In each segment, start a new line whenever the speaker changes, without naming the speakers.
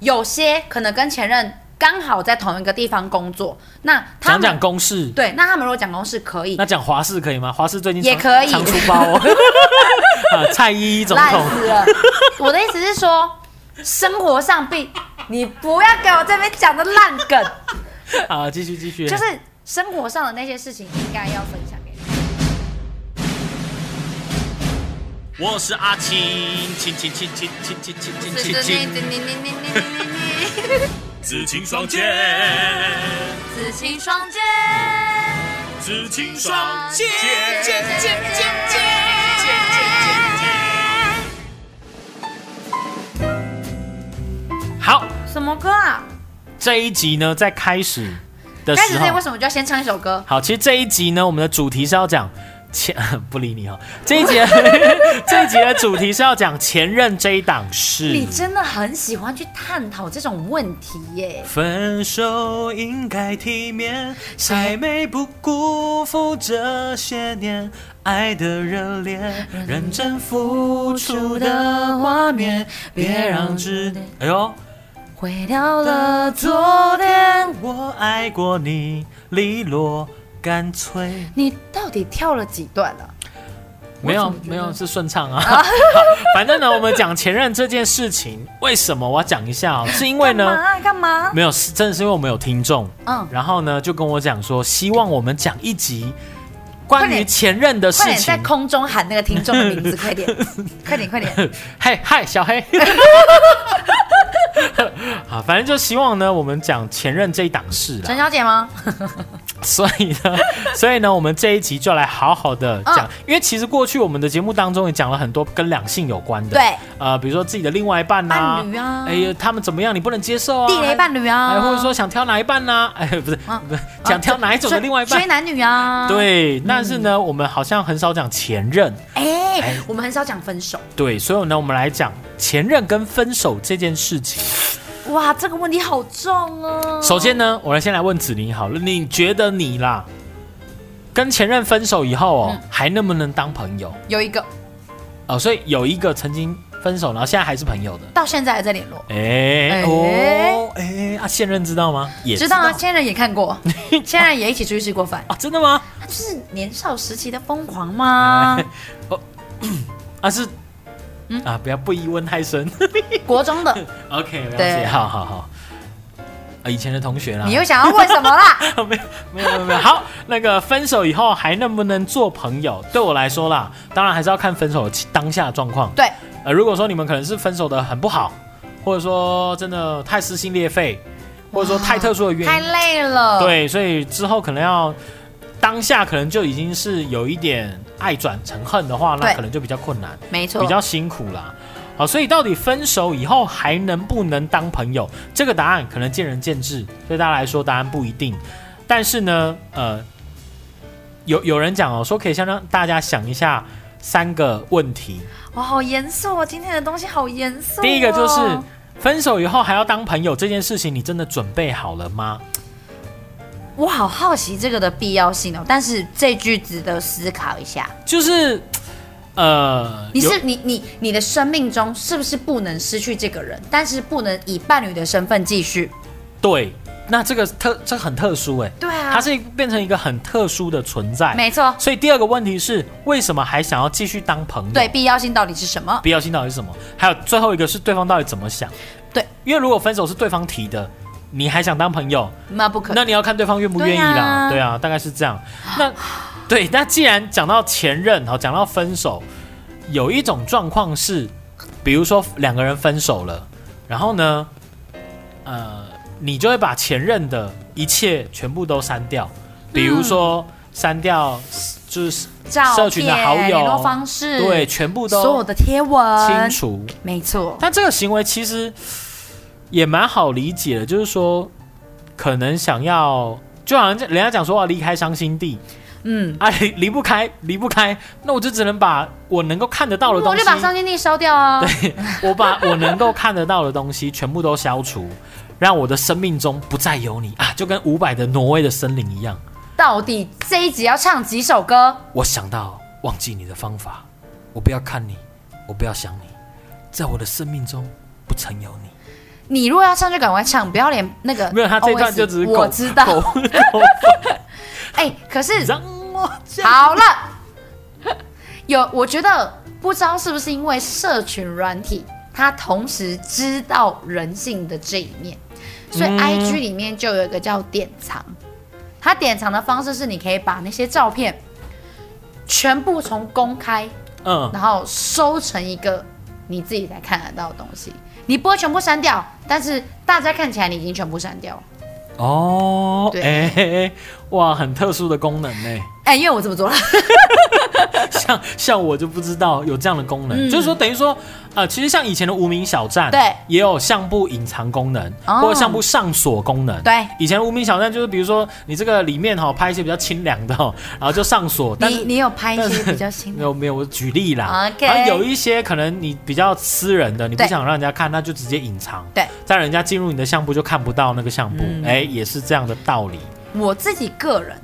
有些可能跟前任刚好在同一个地方工作，那他
讲
们
讲公式，
对，那他们如果讲公事可以
那，讲华视可以吗？华视最近
也
常
可以
常出包哦。啊，蔡依依总
烂
统，
死了。我的意思是说，生活上必你不要给我这边讲的烂梗，
好，继续继续。
就是生活上的那些事情应该要分享给你。
我是阿青，青青青青青青青青青青，
紫青双剑，
紫青双剑，
紫青双剑，
好，
什么歌啊？
这一集呢，在开始的
开始
时
之前为
候，
什么就要先唱一首歌？
好，其实这一集呢，我们的主题是要讲前不理你哈、哦，这一集这一集的主题是要讲前任这一档事
你。真的很喜欢去探讨这种问题耶。
分手应该体面，才美不辜负这些年爱的热烈，认真付出的画面，别让只哎呦，
毁掉了昨天，
我爱过你，利落干脆。
你到底跳了几段啊了、
没有没有是顺畅 啊，好反正呢，我们讲前任这件事情，为什么我要讲一下哦？是因为
干嘛
呢，
啊？干嘛？
没有是真的是因为我们有听众，
嗯，
然后呢，就跟我讲说，希望我们讲一集关于前任的事
快点在
情。
空中喊那个听众的名字，快 点，快点，快点！
嗨嗨，小黑。 好，反正就希望呢，我们讲前任这一档事
陈
啦。
小姐吗？
所以 呢，所以呢，我们这一集就来好好的
嗯
讲，因为其实过去我们的节目当中也讲了很多跟两性有关的，，
对，
呃，比如说自己的另外一半呐、
伴侣啊
哎呦，他们怎么样，你不能接受啊，
地雷伴侣
哎，
啊，
或者说想挑哪一半呐、哎，不是，
啊
不是，
啊
想挑哪一种的另外一
追
半
追，男女啊？，
对，但是呢，我们好像很少讲前任，
哎，我们很少讲分手。
对，所以呢，我们来讲前任跟分手这件事情。
哇，这个问题好重哦。
首先呢，我来先来问子宁好了，你觉得你啦，跟前任分手以后哦，
嗯
还能不能当朋友？
有一个
哦，所以有一个曾经分手，然后现在还是朋友的。
到现在还在联络，
哎、
哎
哦，哎、啊，现任知道吗？也
知道啊，现任也看 过，现任也一起出去吃过饭，
啊，真的吗？
他就是年少时期的疯狂 吗？
啊是，
嗯
啊，不要不疑问 太深。
国中的，
OK，了
对
解，好好好。啊，以前的同学啦，
你又想要问什么啦？
没有没有没有没有。好，那个分手以后还能不能做朋友？对我来说啦，当然还是要看分手当下状况。
对，
呃，如果说你们可能是分手的很不好，或者说真的太撕心裂肺，或者说太特殊的
太
原因，
累了。，
对，所以之后可能要当下可能就已经是有一点爱转成恨的话，那
对
可能就比较困难，
没错
比，较辛苦啦。好，所以到底分手以后还能不能当朋友？这个答案可能见仁见智，对大家来说答案不一定。但是呢，呃，有有人讲哦，说可以先让大家想一下三个问题。
哇，好严肃哦，今天的东西好严肃哦。
第一个就是分手以后还要当朋友这件事情，你真的准备好了吗？
我好好奇这个的必要性哦，但是这句值得思考一下。
就是，呃，
你
有
是你你你的生命中是不是不能失去这个人，但是不能以伴侣的身份继续？
对，那这个特这个很特殊哎、
对啊
它是变成一个很特殊的存在。
没错，
所以第二个问题是，为什么还想要继续当朋友？
对，必要性到底是什么？
必要性到底是什么？还有最后一个是对方到底怎么想？
对，
因为如果分手是对方提的，你还想当朋友，
那不可
那你要看对方愿不愿意
对
啦。
啊
对啊，大概是这样。那对，那既然讲到前任，好，讲到分手，有一种状况是，比如说两个人分手了，然后呢，呃，你就会把前任的一切全部都删掉，比
嗯
如说删掉就是
照
社群的好
片
友
联络方式，
对，，全部
嗯所有
都
的贴
清
文，
除。
没错，
但这个行为其实也蛮好理解的，就是说，可能想要，就好像人家讲说啊，离开伤心地
嗯，
啊，离离不开，离不开，那我就只能把我能够看得到的
我
东西
就，把伤心地烧掉啊。
我把我能够看得到的东西全部都消除，让我的生命中不再有你啊，就跟伍佰的《挪威的森林》一样，
到底这一集要唱几首歌？
我想到忘记你的方法，我不要看你，我不要想你，在我的生命中不曾有你。
你如果要唱就赶快唱，不要连那个
没有，他这段
OS
就只是
我
狗
知道。
狗狗
哎、可是
让我讲
好了， 有我觉得不知道是不是因为社群软体，它同时知道人性的这一面，所以
嗯
IG 里面就有一个叫典藏，它典藏的方式是你可以把那些照片全部从公开，
嗯，
然后收成一个你自己才看得到的东西。你不会全部删掉，但是大家看起来你已经全部删掉了。
哦，
对
哎、哇，很特殊的功能 呢。
哎、因为我这么做了，
像像我就不知道有这样的功能，
嗯
就是说等于说，呃，其实像以前的无名小站，
对
也有相簿隐藏功能，
哦
或者相簿上锁功能，
对
以前无名小站就是比如说你这个里面哈、拍一些比较清凉的、哦，然后就上锁，但
你
是。
你有拍一
但
些
是
比较新
没
的，
有没有，我举例啦。
OK
然后有一些可能你比较私人的，你不
对
想让人家看，那就直接隐藏。
对，
在人家进入你的相簿就看不到那个相簿，哎、
嗯
也是这样的道理。
我自己个人，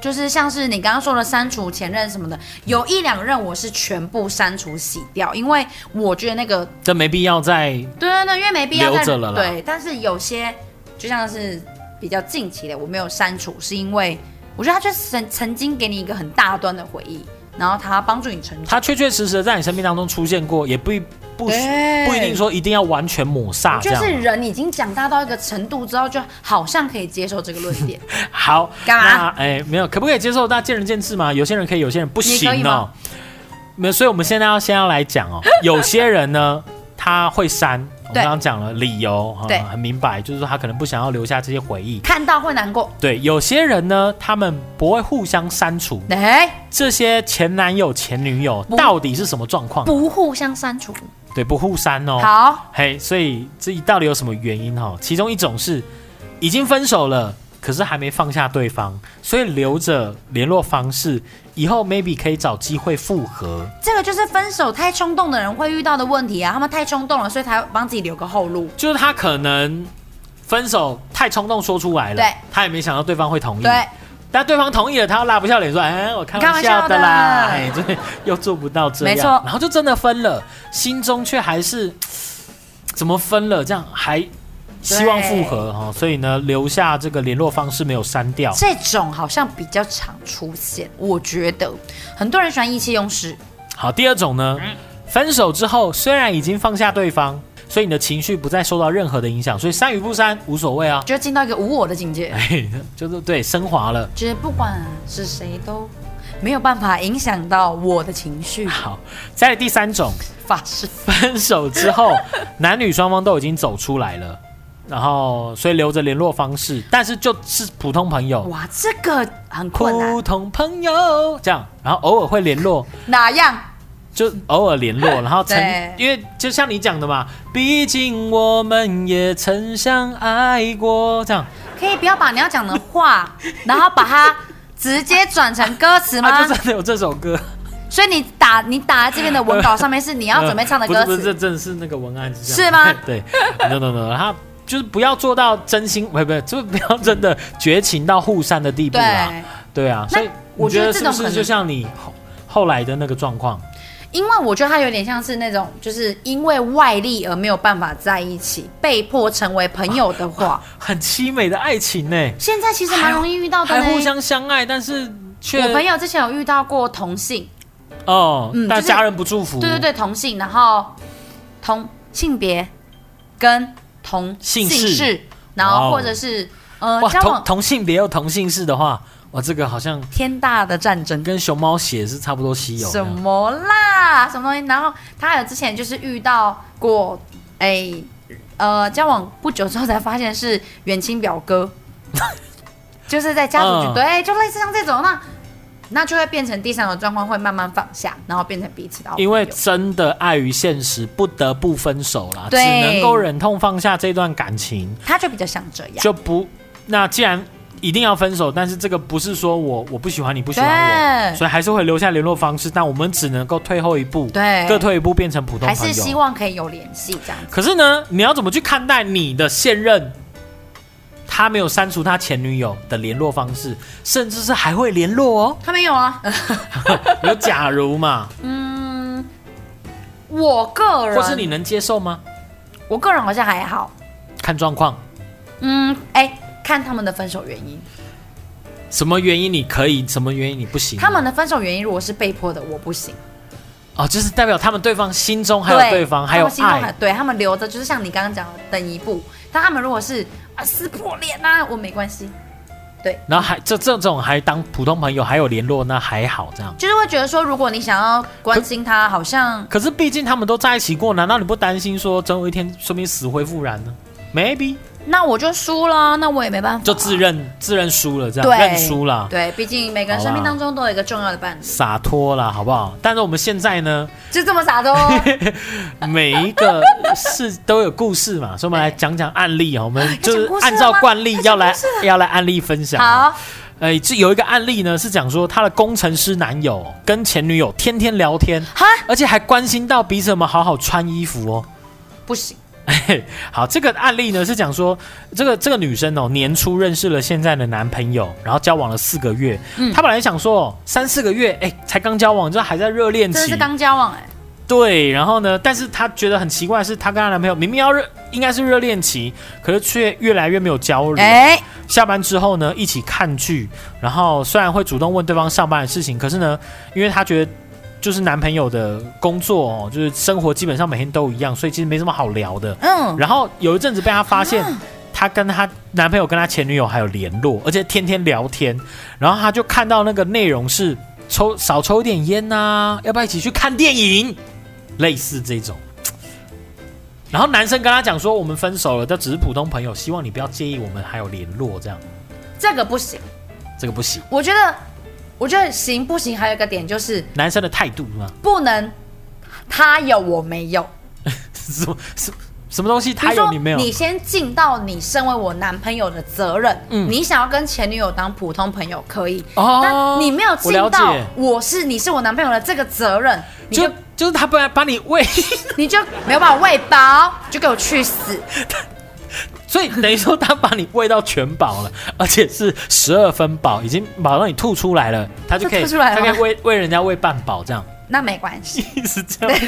就是像是你刚刚说的删除前任什么的，有一两任我是全部删除洗掉，因为我觉得那个
这没必要再
对对对，因为没必要再
留着了啦
对，但是有些就像是比较近期的，我没有删除，是因为我觉得他就是曾曾经给你一个很大端的回忆，然后他帮助你成长。
它确确实实地在你生命当中出现过，也不一不
对
不一定说一定要完全抹
我
煞这
觉得
样
是。人已经长大到一个程度之后，就好像可以接受这个论 点。
好，
干嘛
那哎，没有，可不可以接受？那见仁见智嘛，有些人可以，有些人不
你可以
行哦
吗。
没有，所以我们现在要先要来 讲哦，有些人呢他会删，我们
对
刚刚讲了理由，哈
对
很明白，就是说他可能不想要留下这些回忆。
看到会难过，
对，有些人呢，他们不会互相删除
哎、
这些前男友、前女友
不
到底是什么状况？
不互相删除。
对，不互删哦。
好，
嘿，所以这到底有什么原因哈？其中一种是已经分手了，可是还没放下对方，所以留着联络方式，以后 maybe 可以找机会复合。
这个就是分手太冲动的人会遇到的问题啊，他们太冲动了，所以才会帮自己留个后路。
就是他可能分手太冲动说出来了，
对
他也没想到对方会同意。
对，
但对方同意了，他又拉不下脸说：“哎，我开玩笑的啦。”哎，对， 又做不到这样，
没错
然后就真的分了，心中却还是怎么分了，这样还希望复合哈、哦，所以呢，留下这个联络方式没有删掉。
这种好像比较常出现，我觉得很多人喜欢意气用事，
好，第二种呢，分手之后虽然已经放下对方，所以你的情绪不再受到任何的影响，所以删与不删无所谓啊。
就进到一个无我的境界，
哎，就是对升华了。
就是不管是谁都没有办法影响到我的情绪。
好，再来第三种，
发誓，
分手之后， 男女双方都已经走出来了，然后所以留着联络方式，但是就是普通朋友，
哇，这个很困难，
普通朋友这样，然后偶尔会 联络，
哪样？
就偶尔联络，然后曾
对
因为就像你讲的嘛，毕竟我们也曾相爱过，这样
可以不要把你要讲的 话，然后把它直接转成歌词吗？
啊，就真的有这首歌，
所以你打你打在这边的文稿上面是你要准备唱的歌
呃不是
词
不是，这真的是那个文案是这
是
样
吗
对，no no no，他就是不要做到真心，不不，就是不要真的绝情到互删的地步啊。
对，
对啊，
那
所以
我
我觉
觉
得
得
是
这种可
不是
能
就像你后后来的那个状况？
因为我觉得他有点像是那种，就是因为外力而没有办法在一起，被迫成为朋友的话，
很凄美的爱情呢、
现在其实蛮容易遇到的
还
呢。
互相相爱，但是却
哦我朋友之前有遇到过同性，
哦，
嗯
但
就是
家人不祝福，
对对对，同性，然后同性别跟同
姓氏
氏，然
哇哦
后或者是、呃
哇，
交
同
往
同性别又同性氏的话，哇，这个好像
天大的战争。
跟熊猫血是差不多稀有
什
的。
么啦？什么东西？然后他还有之前就是遇到过，哎、呃，交往不久之后才发现是远亲表 哥，就是在家族聚、
嗯
对，就类似像这种，那那就会变成第三种状况，会慢慢放下，然后变成彼此的好朋友
因为真的碍于现实，不得不分手啦，只
对
能够忍痛放下这段感情，
他就比较像这样，
就不那既然一定要分手，但是这个不是说我我不喜欢你，不喜欢我，
对
所以还是会留下联络方式，但我们只能够退后一步，
对，
各退一步变成普通
还
朋
是希
友。
望可以有联系这样子。
可是呢，你要怎么去看待你的现任？他没有删除他前女友的联络方式，甚至是还会联 络哦。
他没有啊，
有假如 嘛，
我个人啊
或是你能接受吗？
我个人好像还好，
看状况，
嗯，哎、看他们的分手原因。
什么原因你可以，什么原因你不行。啊
他们的分手原因如果是被迫的，我不行。
哦，就是代表他们对方心中还有对方还有
他们心中
爱，
对他们留着，就是像你刚刚讲的，等一步。但他们如果是啊撕破脸啊，我没关系，
然后还这这种还当普通朋友还有联络，那还好这样。
就是会觉得说，如果你想要关心他，好像
可是毕竟他们都在一起过，难道你不担心说总有一天说明死灰复燃呢？Maybe
那我就输了，那我也没办法，
就自。认自认输了，这
啊对
样认输了，
对，毕竟每个人
好啦
生命当中都有一个重要的伴侣，
洒脱了，好不好？但是我们现在 呢，
就这么洒脱 哦。
每一个事都有故事嘛，所以我们来讲讲案例啊，我们 就
要讲
是
故事了
按
吗
照惯例
要讲
要 来
故
要来案例分享。
好，
哎，这有一个案例呢，是讲说她的工程师男友跟前女友天天聊天，
哈，
而且还关心到彼此有没有好好穿衣服哦。
不行，
好，这个案例呢是讲说，这个这个女生哦，年初认识了现在的男朋友，然后交往了四个月。
嗯
她本来想说哦三四个月，哎，才刚交往，这还在热恋
真的
期
是。刚交往哎、
对，然后呢，但是她觉得很奇怪的是，她跟她男朋友明明要热，应该是热恋期，可是却越来越没有交流。
哎、
下班之后呢，一起看剧，然后虽然会主动问对方上班的事情，可是呢，因为她觉得就是男朋友的工作哦，就是生活基本上每天都一样，所以其实没什么好聊的。
嗯，啊
然后有一阵子被她发现，她跟她男朋友跟她前女友还有联络，而且天天聊天，然后她就看到那个内容是抽少抽一点烟呐、要不要一起去看电影，类似这种。然后男生跟她讲说，我们分手了，这只是普通朋友，希望你不要介意我们还有联络，这样
这个不行，
这个不行。
我觉得，我觉得行不行？还有一个点就是
男生的态度吗？
不能他有我没有，
什么什么什么东西？
比
他
如
有
说
你没有？
先尽到你身为我男朋友的责任，
嗯
你想要跟前女友当普通朋友可以，
哦
但你没有尽
我了
到
解
我是你是我男朋友的这个责任，你就
就就是他不然把你喂。
你就没有把我喂饱，就给我去死，
所以等于说他把你喂到全饱了，而且是十二分饱，已经饱到你吐出来了，他就可以
这吐出来了
他
吗
可以喂喂人家喂半饱这样，
那没关 系，
一直这样。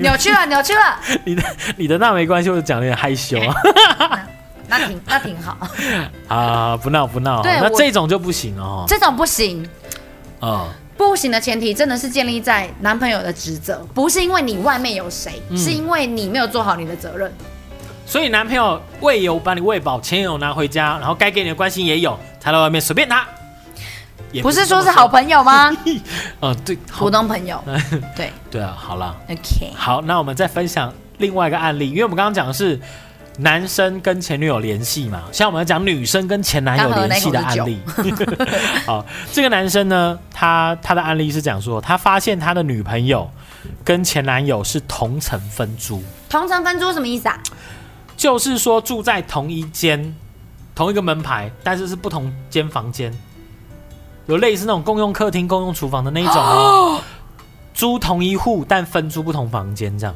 扭曲了扭曲了，
你的你的那没关系，我讲得有点害羞 啊
那挺那挺好，
啊，不闹不闹，
对
那
我
这种就不行哦。
这种不行。
嗯，
不行的前提真的是建立在男朋友的职责，不是因为你外面有谁，
嗯
是因为你没有做好你的责任。
所以男朋友喂油把你喂饱，钱也有拿回家，然后该给你的关心也有，他在外面随便他，也
不是
这
说
么
是好朋友吗？
嗯对，好
普通朋 友，对
对啊，好啦，
，OK，
好，那我们再分享另外一个案例，因为我们刚刚讲的是男生跟前女友联系嘛，像我们要讲女生跟前男友联系的案例。 好，这个男生呢，他他的案例是讲说，他发现他的女朋友跟前男友是同层分租，
同城分租什么意思啊？
就是说住在同一间同一个门牌，但是是不同间房间，有类似那种共用客厅、共用厨房的那一种哦，租同一户但分租不同房间这样。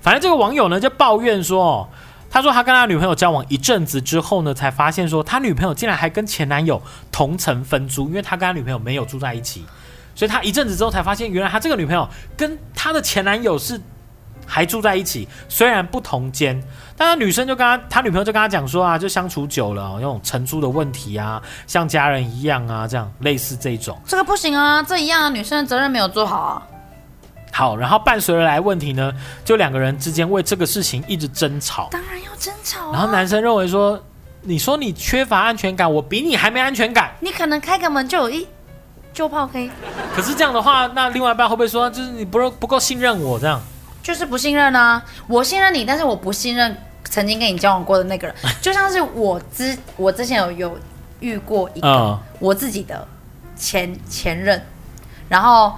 反正这个网友呢就抱怨说，哦，他说他跟他女朋友交往一阵子之后呢，才发现说他女朋友竟然还跟前男友同层分租，因为他跟他女朋友没有住在一起，所以他一阵子之后才发现，原来他这个女朋友跟他的前男友是还住在一起，虽然不同间，但他女生就跟他，他女朋友就跟他讲说啊，就相处久了、哦，那种承租的问题啊，像家人一样啊，这样类似这种。
这个不行啊，这一样啊，女生的责任没有做好啊。
好，然后伴随而来问题呢，就两个人之间为这个事情一直争吵。
当然要争吵
然后
啊，
男生认为说，你说你缺乏安全感，我比你还没安全感。
你可能开个门就有一就炮黑，
可是这样的话，那另外一半会不会说，就是你不不够信任我这样？
就是不信任啊。我信任你，但是我不信任曾经跟你交往过的那个 人，就像是我之我之前有有遇过一个。
嗯，
我自己的前前任，然后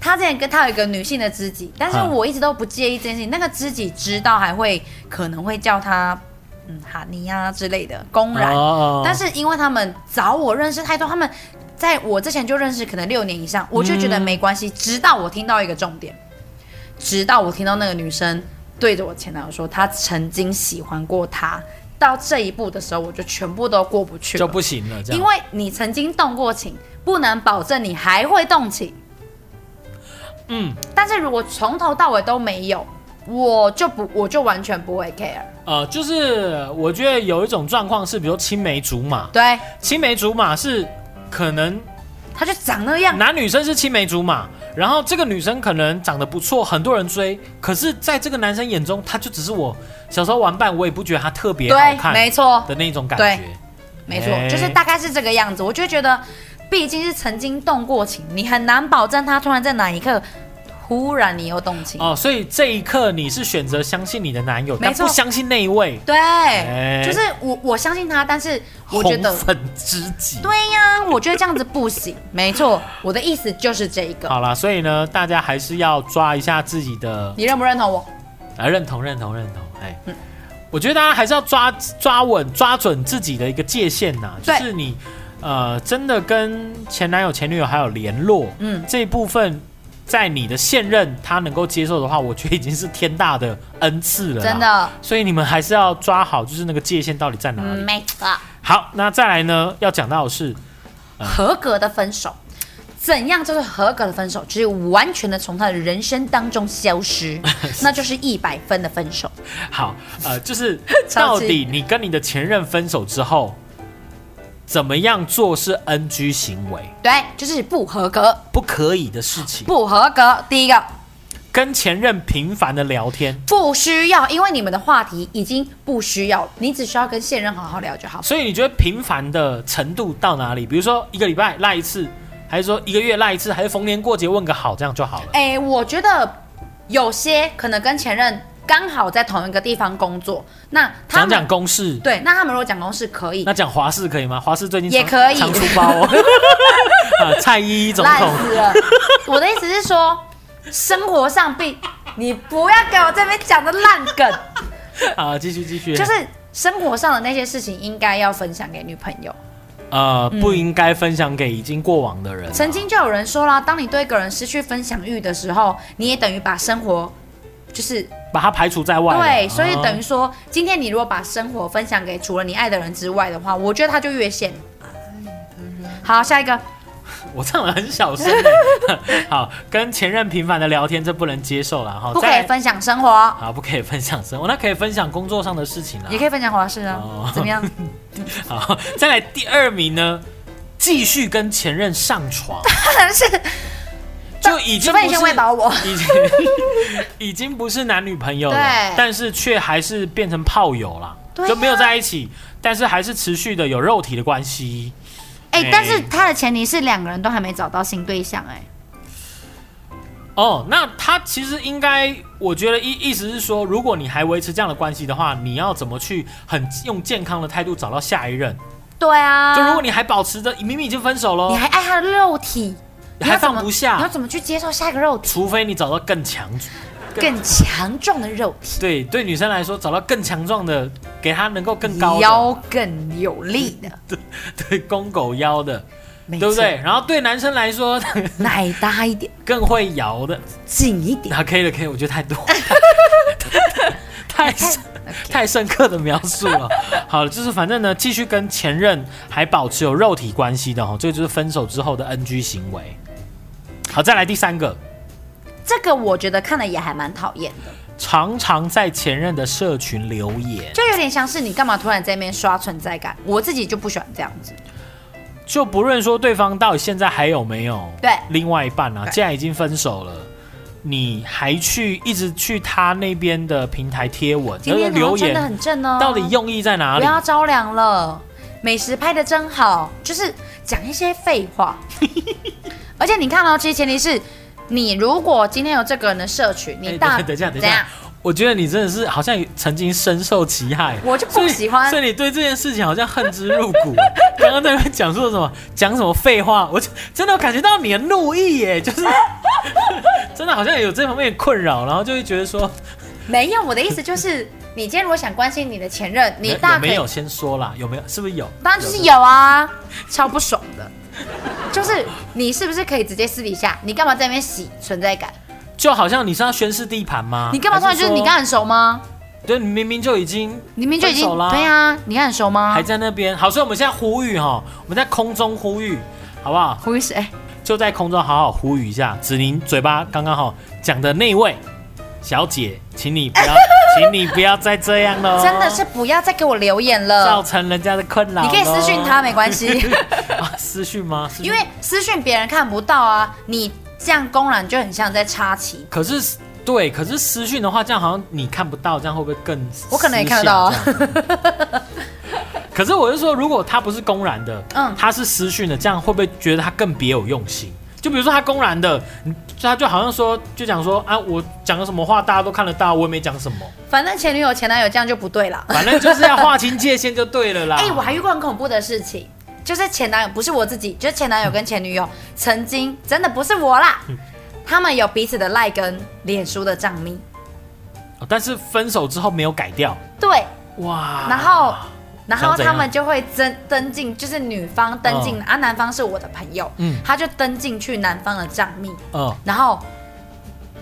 他之前跟他有一个女性的知己，但是
嗯
我一直都不介意这件事情。那个知己知道还会可能会叫他嗯哈尼啊之类的公然，
哦
但是因为他们早我认识太多，他们在我之前就认识可能六年以
嗯
上，我就觉得没关系。直到我听到一个重点，直到我听到那个女生对着我前男友说她曾经喜欢过他。到这一步的时候，我就全部都过不去了，
就不行了，这样。
因为你曾经动过情，不能保证你还会动情。
嗯，
但是如果从头到尾都没有，我就不我就完全不会 care。
呃，就是我觉得有一种状况是，比如青梅竹马，
对，
青梅竹马是可能
他就长那 样，
男女生是青梅竹马，然后这个女生可能长得不错，很多人追，可是在这个男生眼中，她就只是我小时候玩伴，我也不觉得她特别好
对，
看
没错，
的那种感
对
觉。
没错，
哎
就是大概是这个样子。我就会觉得，毕竟是曾经动过情，你很难保证他突然在哪一刻，忽然你又动情。
哦，所以这一刻你是选择相信你的男友，
没
但
错
不相信那一位
对，
哎
就是我我相信他，但是我
红
觉得，
粉知己。
对呀、我觉得这样子不行。没错，我的意思就是这一个。
好啦，所以呢，大家还是要抓一下自己的
你认不认同我？
啊，认同认同认同，哎、
嗯
我觉得大家还是要抓抓稳、抓准自己的一个界限呐、就
对
是你呃，真的跟前男友、前女友还有联络，嗯
嗯，
这一部分在你的现任他能够接受的话，我觉得已经是天大的恩赐了，
真。的，
所以你们还是要抓好，就是那个界限到底在哪里。
嗯，没错。
好，那再来呢，要讲到的是，嗯
合格的分手，怎样就是合格的分手？就是完全的从他的人生当中消 失，那就是一百分的分手。
好，呃，就是
超
到
级
底你跟你的前任分手之后，怎么样做是 NG 行为？
对，就是不合格，
不可以的事情，
不合格。第一个
跟前任频繁的聊天，
不需要，因为你们的话题已经不需要，你只需要跟现任好好聊就好。
所以你觉得频繁的程度到哪里？比如说一个礼拜赖一次，还是说一个月赖一次，还是逢年过节问个好，这样就好了？
哎，我觉得有些可能跟前任刚好在同一个地方工作，那他
讲
们
讲公事，
对，那他们如果讲公事可以
那，讲华事可以吗？华事最近
也
常
可以
常出包 哦。啊，蔡依依总
烂
统，
死 了。我的意思是说，生活上必你不要给我这边讲的烂 梗，
啊，继续继续，
就是生活上的那些事情应该要分享给女朋友。
呃，不应该分享给已经过往的人啊。
嗯曾经就有人说啦，当你对一个人失去分享欲的时候，你也等于把生活就是
把他排除在外了，
对，所以
啊
等于说，今天你如果把生活分享给除了你爱的人之外的话，我觉得他就越线。
嗯
好，下一个，
哦我唱的很 小声欸。好，跟前任频繁的聊天，这不能接受了哈。
不可
再
以
来
分享生活，
啊，不可以分享生活，那可以分享工作上的事情啦
也。可以分享华事啊
哦，
怎么样？
好，再来第二名呢，继续跟前任上 床，
但是
就已经
除
不
非你
是
先喂饱我，
已经已经不是男女朋友了
对，
但是却还是变成炮友啦，
对啊
就没有在一起，但是还是持续的有肉体的关系。
哎、
哎
但是他的前提是两个人都还没找到新对象、哎，
哦，那他其实应该，我觉得意意思是说，如果你还维持这样的关系的话，你要怎么去很用健康的态度找到下一任？
对啊，
就如果你还保持着，明明已经分手
你
了，
还爱他的肉体，
你还
要怎
放
么
不下
你要怎么去接受下一个肉体
除非你找到更强，
更强壮的肉体，
对对，女生来说找到更强壮的，给她能够更高的，
腰更有力的，
对公狗腰的，
没
对不
错
对？？然后对男生来说
奶大一点，
更会摇的，
紧一点，
啊，可以了，可以了，我觉得太多，太深太深刻的描述了。好了，就是反正呢，继续跟前任还保持有肉体关系的哈，这个就是分手之后的 NG 行为。好，再来第三个，
这个我觉得看了也还蛮讨厌的，
常常在前任的社群留言，
就有点像是你干嘛突然在那边刷存在感，我自己就不喜欢这样子。
就不论说对方到底现在还有没有
对
另外一半啊，
哎对
既然已经分手了。你还去一直去他那边的平台贴文，
今
那
天
个
好像
留
真的
言
很正哦，
到底用意在哪
不
里？
要着凉了，美食拍的真好，就是讲一些废 话。而且你看哦，其实前提是你如果今天有这个人的社群，
哎
你大、
等一下，等一下，等一
怎
下
样，
我觉得你真的是好像曾经深受其害，
我就不喜欢
所以，所以你对这件事情好像恨之入骨。 刚刚在那边讲说什么，讲什么废话，我就真的有感觉到你的怒意 耶，就是真的好像有这方面的困扰，然后就会觉得说，
没有我的意思就是，你今天如果想关心你的前任，你
有
大
有
可
没
以
有先说啦？有没有？是不是有？
当然就是有啊，超不爽的。就是你是不是可以直接私底下，你干嘛在那边洗存在感？
就好像你是要宣示地盘吗？
你干嘛突然就是你跟他
刚，
很熟吗？
对，你明明就已经
你明明就已经
分手啦
对啊，你跟他很熟吗
还？在那边。好，所以我们现在呼吁哈，我们在空中呼吁，好不好？
胡一谁？
就在空中好好呼吁一下，子宁嘴巴刚刚好讲的那位，小姐，请你 不要，请你不要再这样了，
真的是不要再给我留言
造
了。
成人家的困扰咯。
你可以私讯他没关系，
啊，私讯吗？私讯
因为私讯别人看不到啊。你这样公然就很像在插旗，
可是对，可是私讯的话，这样好像你看不到，这样会不会更私下？
我可能也看得到啊
这样。 可是我是说，如果他不是公然的，嗯
嗯，
他是私讯的，这样会不会觉得他更别有用心？就比如说他公然的，你就他就好像说，就讲说啊，我讲了什么话，大家都看得到，我也没讲什么，
反正前女友、前男友这样就不对啦。
反正就是要划清界限就对了啦。
哎、我还遇过很恐怖的事情，就是前男友不是我自己，就是前男友跟前女友曾经真的不是我啦，他们有彼此的赖跟脸书的账密，
哦但是分手之后没有改掉，
对，
哇。
然后。然后
想怎
他
啊样
们就会登登进，就是女方登进、啊，男方是我的朋友，
嗯
他就登进去男方的账密，
嗯，
然后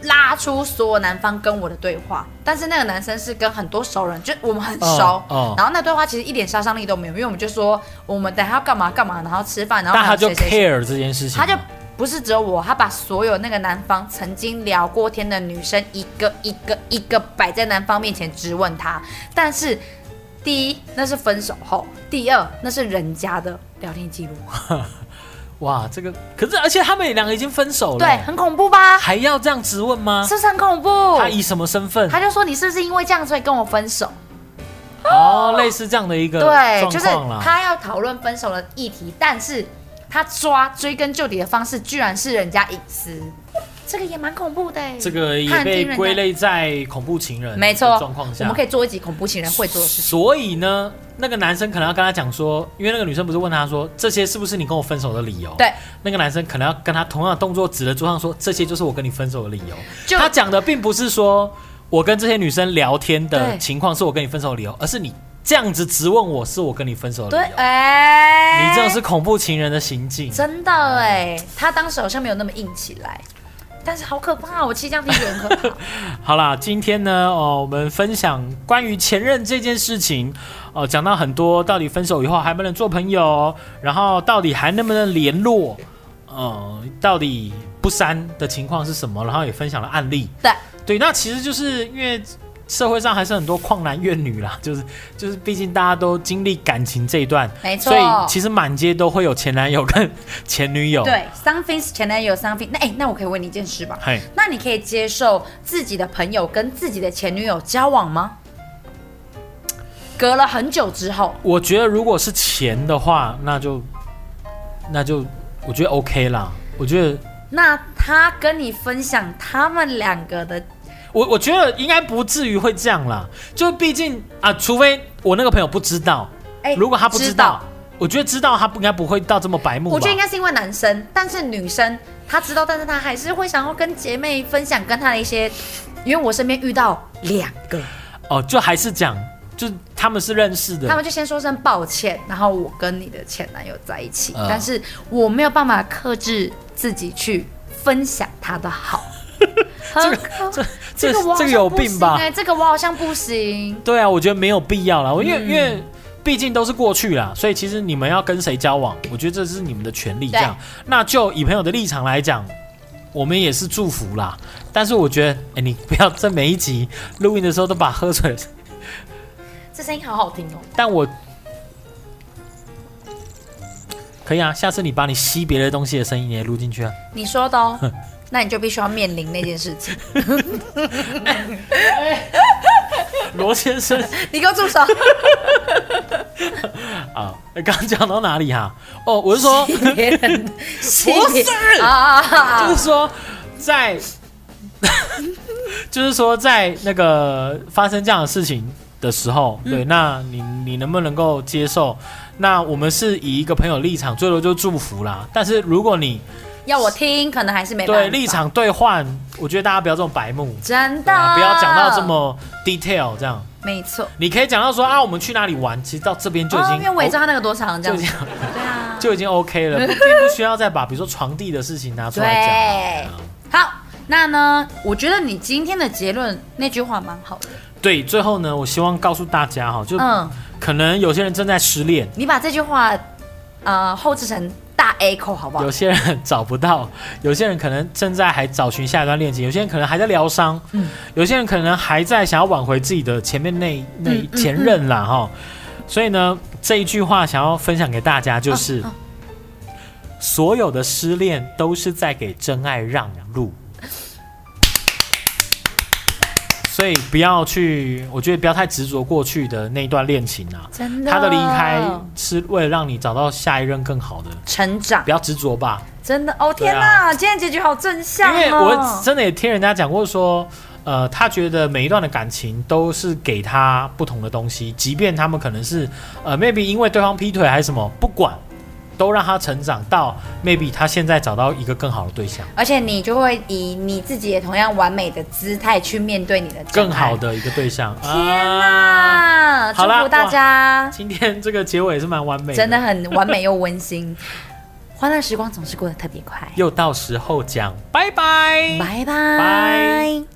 拉出所有男方跟我的对话，但是那个男生是跟很多熟人，就我们很熟，
嗯嗯
然后那对话其实一点杀伤力都没有，因为我们就说我们等一下要干嘛干嘛，然后吃饭，然后
但他就
谁谁谁
care 这件事情，
他就不是只有我，他把所有那个男方曾经聊过天的女生一个一个一个摆在男方面前质问他，但是。第一，那是分手后；第二，那是人家的聊天记录，
哇，这个可是而且他们两个已经分手了，
对，很恐怖吧？
还要这样质问吗？
是不是很恐怖？
他以什么身 份？
他就说你是不是因为这样所以跟我分手？
哦，类似这样的一个
对，就是
状况啦。
他要讨论分手的议题，但是他抓追根究底的方式居然是人家隐私，这个也蛮恐怖的欸。
这个也
探听人
被
家
归类在恐怖情人，
没错
状况，
我
下
们可。以做一集恐怖情人会做的事情。
所以呢，那个男生可能要跟他讲说，因为那个女生不是问他说这些是不是你跟我分手的理由？
对，
那个男生可能要跟他同样的动作指着桌上说，这些就是我跟你分手的理由。
就
他讲的并不是说我跟这些女生聊天的
对
情况是我跟你分手的理由，而是你这样子质问我是我跟你分手的
对，
理由。
哎、
哦你这是恐怖情人的行径。
真的哎、他当时好像没有那么硬起来，但是好可怕哦，我其实这样听觉得很 可怕。
好啦，今天呢，哦，我们分享关于前任这件事情，哦，讲到很多到底分手以后还能不能做朋友，然后到底还能不能联络，嗯，到底不删的情况是什么，然后也分享了案例。
对，
对，那其实就是因为社会上还是很多旷男怨女啦， 就是就是，毕竟大家都经历感情这一段，
没错
所以其实满街都会有前男友跟前女友。，
对，something's 前男友 something，那哎、那我可以问你一件事吧？
嘿，
那你可以接受自己的朋友跟自己的前女友交往吗？隔了很久之后，
我觉得如果是钱的话，那就那就我觉得 OK 啦。我觉得
那他跟你分享他们两个的，
我我觉得应该不至于会这样啦。就毕竟啊，除非我那个朋友不知道，
哎、
如果他不知道，，我觉得知道他不应该不会到这么白目吧。
我觉得应该是因为男生，但是女生她知道，但是她还是会想要跟姐妹分享跟她的一些，因为我身边遇到两个，
哦，就还是讲，就他们是认识的，
他们就先说声抱歉，然后我跟你的前男友在一起，
嗯
但是我没有办法克制自己去分享他的 好。这个
这
这个我好
这
像
个有
不行
病吧
哎、？这个我好像不行。
对啊，我觉得没有必要啦，因为、因为毕竟都是过去啦，所以其实你们要跟谁交往，我觉得这是你们的权利。这
对
样，那就以朋友的立场来讲，我们也是祝福啦。但是我觉得，哎，你不要在每一集录音的时候都把喝水，
这声音好好听哦。
但我可以啊，下次你把你吸别的东西的声音也录进去啊。
你说的 哦，那你就必须要面临那件事情。
罗先生
你给我住手！
啊，刚刚讲到哪里哈、哦，我是说。
别人
不是
啊啊啊啊！
就是说，在， 就是说，在那个发生这样的事情的时候，
嗯
对，那你你能不能够接受？那我们是以一个朋友立场，最多就祝福啦。但是如果你
要我听，可能还是没办法。
对立场兑换，我觉得大家不要这么白目，
真
对
的、
啊不要讲到这，么 detail 这样。
没错。
你可以讲到说啊，我们去哪里玩，其实到这边就已
哦，
经
因为我也知道他那个多长，这样
就已
子
经
对啊。
就已经 OK 了，不并不需要再把比如说床地的事情拿出来讲
对
啊。对啊
好，那呢？我觉得你今天的结论那句话蛮好的，
对，最后呢，我希望告诉大家哈，就
嗯，
可能有些人正在失恋，
你把这句话呃后置成大大 A 扣，好不好
有？些人找不到，有些人可能正在还找寻下一段恋情，有些人可能还在疗伤，
嗯
有些人可能还在想要挽回自己的前面那那
嗯嗯
前任啦哈、所以呢，这一句话想要分享给大家就是，
啊
所有的失恋都是在给真爱让路。所以不要去，我觉得不要太执着过去的那一段恋情啊。
真的，
他的离开是为了让你找到下一任更好的，
成长
不，要执着吧。
真的哦！
对啊
天哪，今天结局好正向
因为我
哦。
真的也听人家讲过说，呃，他觉得每一段的感情都是给他不同的东西，即便他们可能是呃，maybe 因为对方劈腿还是什么，不管，都让他成长到 maybe 他现在找到一个更好的对象，
而且你就会以你自己也同样完美的姿态去面对你的障碍
更好。的一个对象。
天
啊！
哪，祝
好啦
福大家，
今天这个结尾是蛮完美的，
真的很完美又温馨。 欢乐时光总是过得特别快，
又到时候讲，拜拜。
拜拜。
拜